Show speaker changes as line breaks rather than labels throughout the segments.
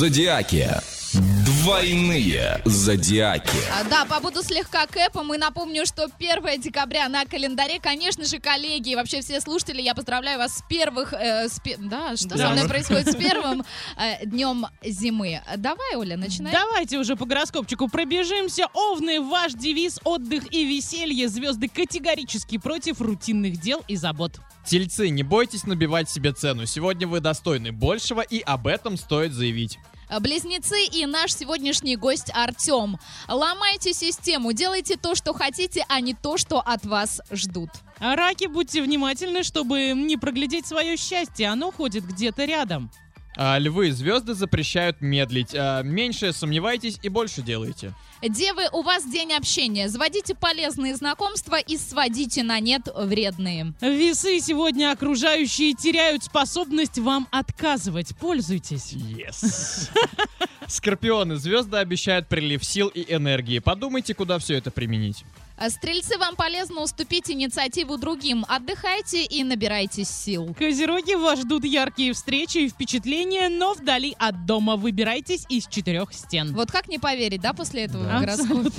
Зодиаки. Двойные зодиаки.
А, Да, побуду слегка кэпом и напомню, что 1 декабря на календаре, конечно же, коллеги и вообще все слушатели, я поздравляю вас с первых... э, с пе- Да, что со
Да.
мной происходит с первым э, днем зимы? Давай, Оля, начинай.
Давайте уже по гороскопчику пробежимся. Овны, ваш девиз отдых и веселье. Звезды категорически против рутинных дел и забот.
Тельцы, не бойтесь набивать себе цену. Сегодня вы достойны большего, и об этом стоит заявить.
А, Близнецы и наш сегодняшний гость Артем. Ломайте систему, делайте то, что хотите, а не то, что от вас ждут.
А Раки, будьте внимательны, чтобы не проглядеть свое счастье. Оно ходит где-то рядом.
А, львы, звезды запрещают медлить. А, меньше сомневайтесь и больше делайте.
Девы, у вас день общения. Заводите полезные знакомства и сводите на нет вредные.
Весы сегодня окружающие теряют способность вам отказывать. Пользуйтесь.
Yes. Скорпионы, звезды обещают прилив сил и энергии. Подумайте, куда все это применить.
А Стрельцы, вам полезно уступить инициативу другим. Отдыхайте и набирайтесь сил.
Козероги вас ждут яркие встречи и впечатления, но вдали от дома выбирайтесь из четырех стен.
Вот как не поверить, да, после этого
Да.
в гороскоп?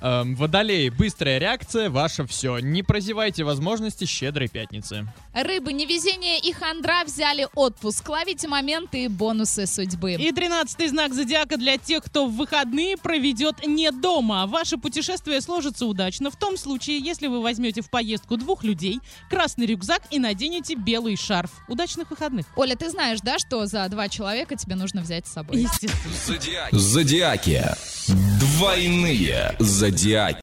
Эм, водолеи, быстрая реакция, ваше все. Не прозевайте возможности щедрой пятницы.
Рыбы, невезение и хандра взяли отпуск. Ловите моменты и бонусы судьбы.
И тринадцатый знак зодиака для тех, кто в выходные проведет не дома. Ваше путешествие сложится удачно в том случае, если вы возьмете в поездку двух людей, красный рюкзак и наденете белый шарф. Удачных выходных.
Оля, ты знаешь, да, что за два человека тебе нужно взять с собой?
Естественно.
Зодиаки. Двойные зодиаки.